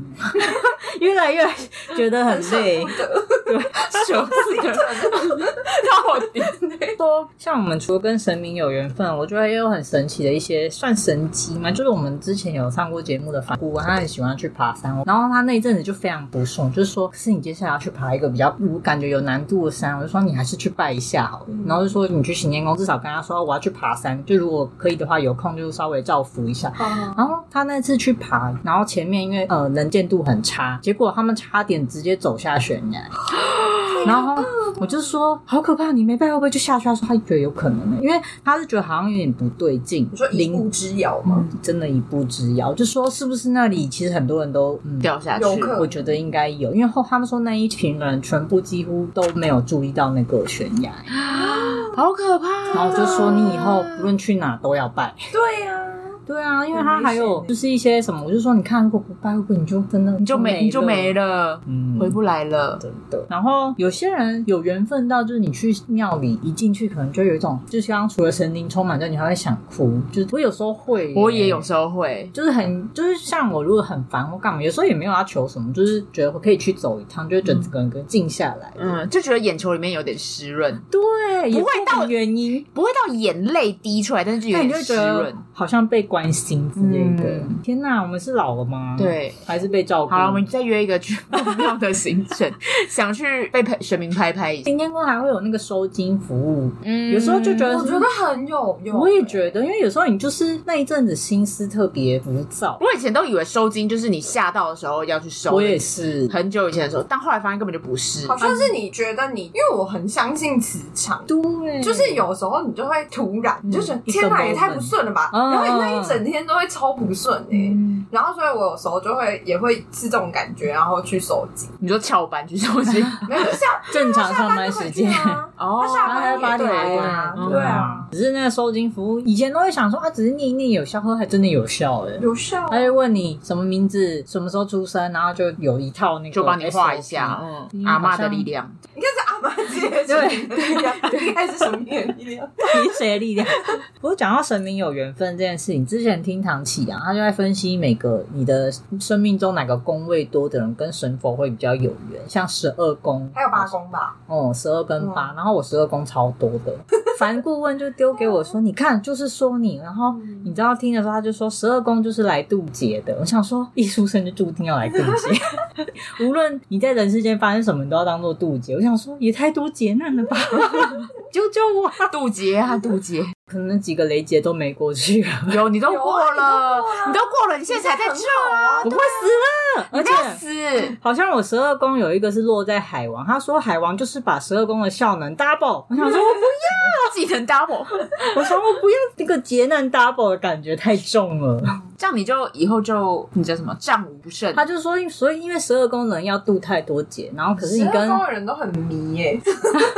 越来越觉得 很累。九四个到底说，像 我们除了跟神明有缘分，我觉得也有很神奇的一些算神机嘛，就是我们之前有上过节目的反顾，他很喜欢去爬山，然后他那一阵子就非常不顺，就是说，可是你接下来要去爬一个比较我感觉有难度的山，我就说你还是去拜一下好了，然后就说你去行天宫，至少跟他说我要去爬山，就如果可以的话，有空就稍微造福一下。然后他那次去爬，然后前面因为呃能见度很差，结果他们差点直接走下悬崖。然后我就说好可怕，你没拜会不会就下去？他说他觉得有可能、呢，因为他是觉得好像有点不对劲。你说一零步之遥吗？嗯，真的一步之遥，就说是不是那里其实很多人都 嗯。掉下去？有可能我觉得应该有，因为后他们说那一群人全部几乎都没有注意到那个悬崖，好可怕！然哦后我就说你以后不论去哪都要拜。对呀、对啊，因为很他危还有险欸就是一些什么，我就说你看如果不拜会不会你就真的你就没你就没了，了，嗯回不来了。真的。然后有些人有缘分到，就是你去庙里一进去，可能就有一种，就是刚刚除了神灵充满之外，你还会想哭。就是我有时候会耶、我也有时候会，就是很就是像我如果很烦或干嘛，有时候也没有要求什么，就是觉得我可以去走一趟，就会觉得整个人跟静下来。嗯，就觉得眼球里面有点湿润，对，也不会到明原因，不会到眼泪滴出来，但是就有但你点就湿觉得润。好像被关心之类的。嗯天哪，我们是老了吗？，对，还是被照顾？好了，我们再约一个去不庙的行程，想去被拍神明拍拍一下。今天宫还会有那个收金服务，嗯有时候就觉得我觉得很有用、我也觉得，因为有时候你就是那一阵子心思特别浮躁，我以前都以为收金就是你吓到的时候要去收，我也是。很久以前的时候，但后来发现根本就不是。好像是你觉得你，因为我很相信磁场，对，嗯就是有时候你就会突然，你就觉得一天个哪，也 moment 太不顺了吧！嗯然后你那一整天都会超不顺哎、嗯然后所以我有时候就会也会是这种感觉，然后去收集，你说翘班去收金，没有就下正常上班班就时回间去。啊，哦他下班也八点对啊，嗯对啊，只是那个收金服务，以前都会想说啊，只是念一念有效，后来真的有效哎、有效啊他就问你什么名字、什么时候出生，然后就有一套那个就帮你画一 SOP 下，。嗯，嗯阿嬷的力量，应该是阿妈接对对，应该是什么原因？啊你谁的力量？不过讲到神明有缘分这件事情，之前听唐启啊阳他就在分析每个你的生命中哪个宫位多的人跟神佛会比较有缘，像十二宫，还有八公吧，嗯哦，十二跟八、然后我十二宫超多的，反正顾问就丢给我说：“你看，就是说你。”然后嗯你知道听的时候，他就说：“十二宫就是来渡劫的。”我想说，一出生就注定要来渡劫， 无论你在人世间发生什么，你都要当做渡劫。我想说，也太多劫难了吧？救救我！渡劫啊，渡劫！可能几个雷劫都没过去啊， 有你都有啊过了，你你都过了，你现在才在这啊！我快死了，而你且不。要死，好像我十二宫有一个是落在海王，他说海王就是把十二宫的效能 double，我 想说我不技能 double，我想我不要那个劫难 double 的感觉太重了。这样你就以后就你叫什么战无胜，他就说，所以因为十二宫人要渡太多劫，然后可是十你二跟 宫的人都很迷耶、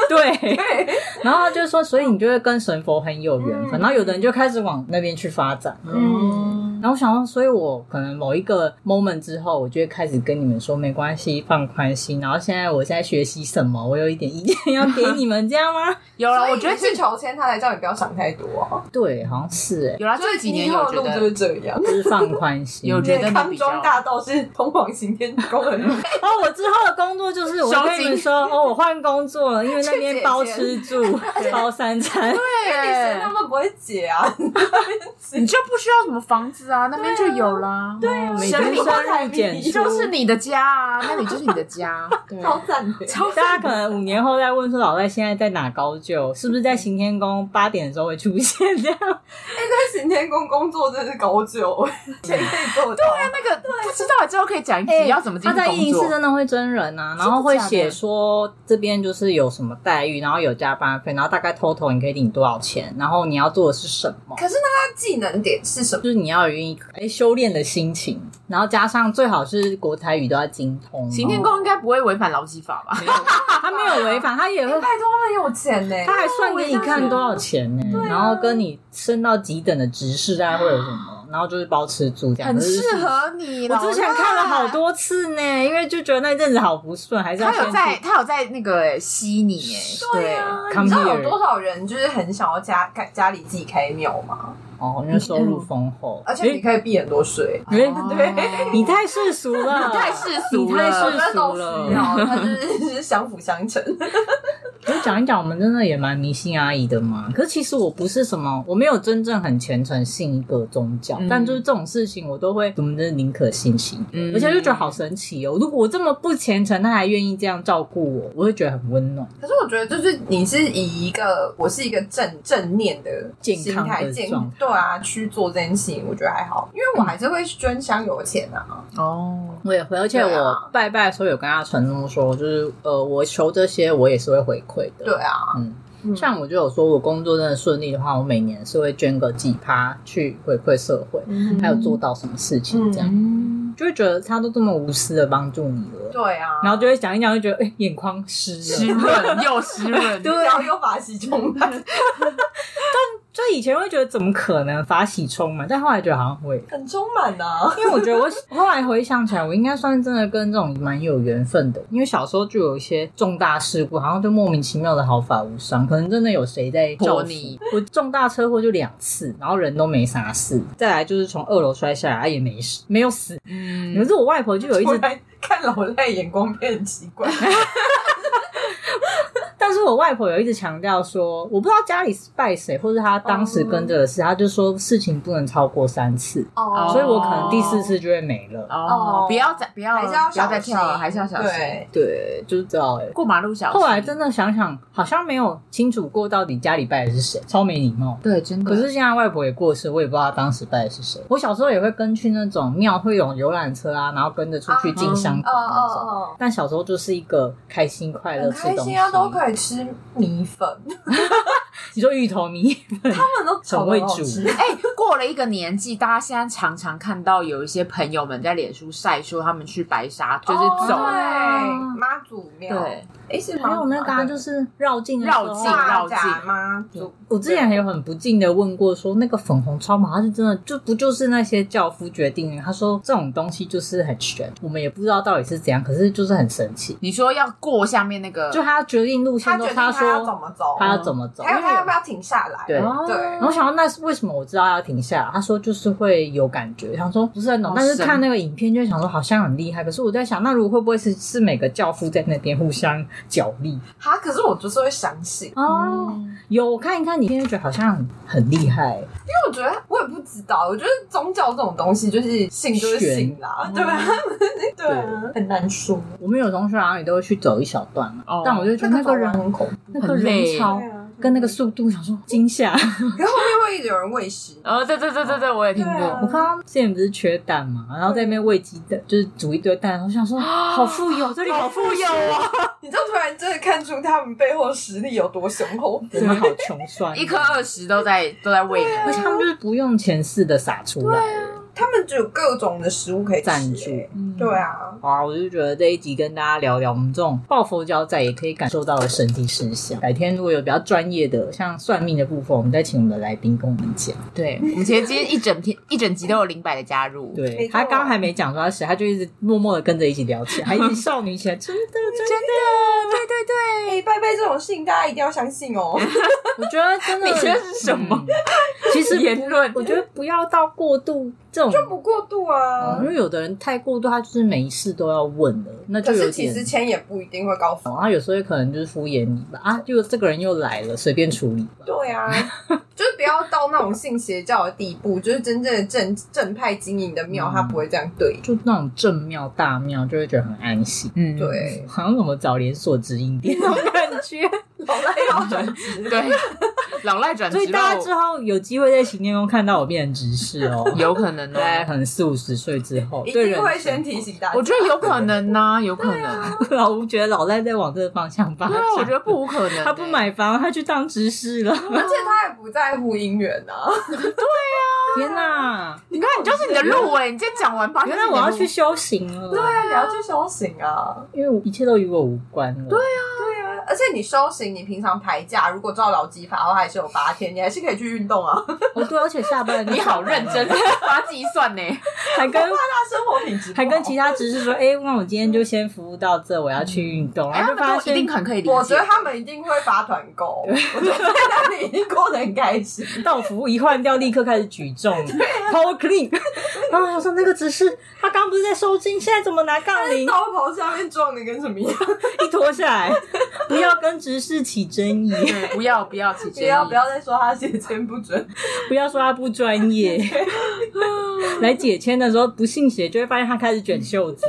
对，对，然后他就说，所以你就会跟神佛很有缘分。嗯然后有的人就开始往那边去发展。嗯，然后我想说，所以我可能某一个 moment 之后，我就会开始跟你们说，没关系，放宽心。然后现在我在学习什么，我有一点意见要给你们，这样吗？有了，所以我觉得是这求签，他才叫你不要想太多啊。对，好像是哎、有了所这以几你年以有后觉的路就是得这样。就是放宽心。有觉得你比较康庄大道是通往刑天宫的路，哦，我之后的工作就是我收跟你们金说，哦，我换工作了，因为那边包吃 住，包三餐。你身上对，都不会解啊。你就不需要什么房子啊，那边就有啦。对哦每神天明生日减你出，就是你的家啊，那里就是你的家。 对，啊超赞的，超 大家可能五年后再问说老赖现在在哪高就，是不是在行天宫八点的时候会出现这样？哎、在行天宫工作真是高 就，啊谁可以做到？那个不知道之后可以讲一集要怎么进他去在一工零四作。真的会真人啊，然后会真的假写的说这边就是有什么待遇，然后有加班费，然后大概 total 你可以领多少钱，然后你要做的是什么。可是那他技能点是什么？就是你要有一哎修炼的心情，然后加上最好是国台语都要精通、哦。行天宫应啊该不会违反劳基法吧？没有，他没有违反，他呃也会，哎哎拜托，他们有钱呢、他还算给你看多少钱呢、啊然后跟你升到几等的职事，大概会有什么，然后就是包吃住这样。很可是适。合你。我之前看了好多。多次呢，因为就觉得那一阵子好不顺，还是要他先有在，去。他有在那个欸悉尼耶，对对啊， Come 你知道有 here 多少人就是很想要家家家里自己开庙吗？哦，因为收入丰厚，而且你可以避很多税。诶诶对你太世俗了，哦你太世俗你太了世 那俗都需要了。，他就是 相辅相成。就讲一讲，我们真的也蛮迷信阿姨的嘛。可是其实我不是什么，我没有真正很虔诚信一个宗教，嗯但就是这种事情，我都会我们真的宁可信其一。嗯而且就觉得好神奇哦！如果我这么不虔诚，他还愿意这样照顾我，我会觉得很温暖。可是我觉得，就是你是以一个我是一个正正念的健心康的态健状态对啊去做这件事情，我觉得还好，因为我还是会捐香油钱啊。哦，我也会，而且对我啊拜拜的时候有跟他承诺说，就是呃，我求这些我也是会回馈的。对，啊，嗯，嗯像我就有说，我工作真的顺利的话，我每年是会捐个几趴去回馈社会，嗯还有做到什么事情这样，嗯，就会觉得他都这么无私的帮助你了。对啊，然后就会想一想，就觉得哎、眼眶湿湿了。润又湿润，对然后又把其中来， 就以前会觉得怎么可能法喜充满，但后来觉得好像会，很充满啊呐。因为我觉 得我后来回想起来，我应该算是真的跟这种蛮有缘分的，因为小时候就有一些重大事故，好像就莫名其妙的毫发无伤，可能真的有谁在泼救你。我重大车祸就两次，然后人都没啥事，再来就是从二楼摔下来啊也没事，没有死。可嗯， 是我外婆就有一我直来看老赖眼光变很奇 怪，但是我外婆有一直强调说，我不知道家里是拜谁，或是她当时跟着的事，她就说事情不能超过三次，哦所以我可能第四次就会没了。哦哦，不要再不要还是要不要小再心跳了，还是要小心。对，对，就是这样、欸。过马路小心。后来真的想想，好像没有清楚过到底家里拜的是谁，超没礼貌。对，真的。可是现在外婆也过世，我也不知道她当时拜的是谁。我小时候也会跟去那种庙会有游览车啊，然后跟着出去进香哦港那种。哦但小时候就是一个开心快哦，乐很吃开东西，心啊，都可以吃米粉，你说芋头米，他们都炒得很好吃很会哎、过了一个年纪，大家现在常常看到有一些朋友们在脸书晒说他们去白沙，就是走、哦对嗯妈祖庙，对，哎是还有那个、啊、啊就是是绕境的时候绕境大甲妈祖，我之前还有很不敬的问过说，那个粉红超马，它是真的就不就是那些教夫决定的？他说这种东西就是很玄，我们也不知道到底是怎样，可是就是很神奇。你说要过下面那个，就他决定路线他都决定他嗯他要说怎么走，他要怎么走，还有因为他要不要停下来？对对然后哦我想到那是为什么我知道要停下来，他说就是会有感觉，想说不是很懂，但是神看那个影片就会想说好像很厉害，可是我在想，那如果会不会是是每个教父在那边互相角力哈，可是我就是会相信，哦？嗯有我看一看，你现在觉得好像很很厉害，因为我觉得我也不知道，我觉得宗教这种东西就是信就是信嗯啦，对吧？ 对啊，很难说。我们有同学好像也都会去走一小段嘛，哦但我就觉得那个人很恐怖，那个很累人潮跟那个速度，想说惊吓。啊可是后面会一直有人喂食，哦，对对对对对，我也听对啊过。我刚刚之前不是缺蛋嘛，然后在那边喂鸡蛋，就是煮一堆蛋，我想说啊好富有，这里好富有啊，你就突然真的看出他们背后实力有多雄厚。我们好穷酸，一颗二十都在都在喂而你，且他们就是不用钱似的撒出来，他们就有各种的食物可以吃、赞助。嗯对啊，好啊，我就觉得这一集跟大家聊聊我们这种抱佛脚仔也可以感受到的身体事项。改天如果有比较专业的，像算命的部分，我们再请我们的来宾跟我们讲。对，我们其实今天一整天一整集都有零百的加入，对没错他刚刚还没讲说他谁，他就一直默默的跟着一起聊起来，还一 直少女起来，真的真的，对对对，哎、拜拜这种事情大家一定要相 信哦。我觉得 真的，你觉得是什么嗯？其实言论我觉得不要到过度这种，就不过度啊。嗯因为有的人太过度，他就是每一事都要问了，那就可有是其点实。钱也不一定会高然富。后有时候可能就是敷衍你吧，啊，就这个人又来了，随便处理吧。对 啊，就是不要到那种信邪教的地步，就是真正的正正派经营的庙，嗯他不会这样对你。就那种正庙大庙，就会觉得很安心，嗯，对，好像什么找连锁直营 店那种感觉。老赖要转职，对， 老赖转所以职大到家之后有机会在行天宫看到我变成执事哦，有可能大概哦，可能四五十岁之后，一对人定生会先提醒大家。我觉得有可能呐，有可能。 老吴觉得老赖在往这个方向发对展。啊，我觉得不无可能。他不，买房，他去当执事了。而且他也不在乎姻缘 啊，嗯天哪！你看，你就是你的路哎，你今天讲完吧，原就是来你的我要路去修行了。对，啊，你要去修行啊，因为一切都与我无关了。对啊，对啊，而且你修行，你平常排假，如果照劳基法的话，还是有八天，你还是可以去运 动啊，哦对，而且下班了 你好认 真，，把它计算呢。还跟那生活品质不好还跟其他执事说，哎，那我今天就先服务到这，我要去运动。哎，然后他就发们都现一定很可以理解。我觉得他们一定会发团购，我觉得在那里一定过得很开 心。到服务一换掉，立刻开始举 重啊，power clean。然后我想说那个只是他刚不是在收筋，现在怎么拿杠哎铃？刀头下面撞的跟什么一样？一脱下来，不要跟执事起争议，对嗯不要不要起 不争要不议。要再说他写签不准，不要说他不专业。 来解签的时候不信邪，就会发现他开始卷袖 子，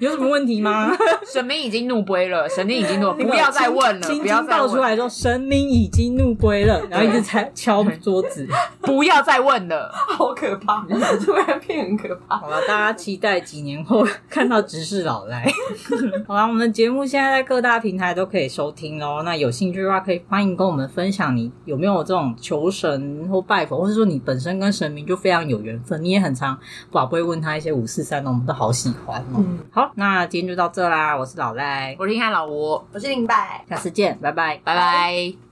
有什么问题吗？神明已经怒归 了，神明已经怒，不要再问了，青不要筋再爆出问，来说神明已经怒归了，然后一直在敲桌子。不要再问了。好可 怕！这外片很可怕。好了，大家期待几年后看到直视老来。 好了，我们的节目现在在各大平台都可以收听喽。那有兴趣的话，可以欢迎跟我们分享你有没有这种求神或拜佛，或是说你本身跟神明就非常有缘分，你也很常宝贝问他一些五四三的，我们都好喜欢哦。嗯好，那今天就到这啦，我是老赖，我是看老吴，我是林柏。下次见，拜拜。拜拜。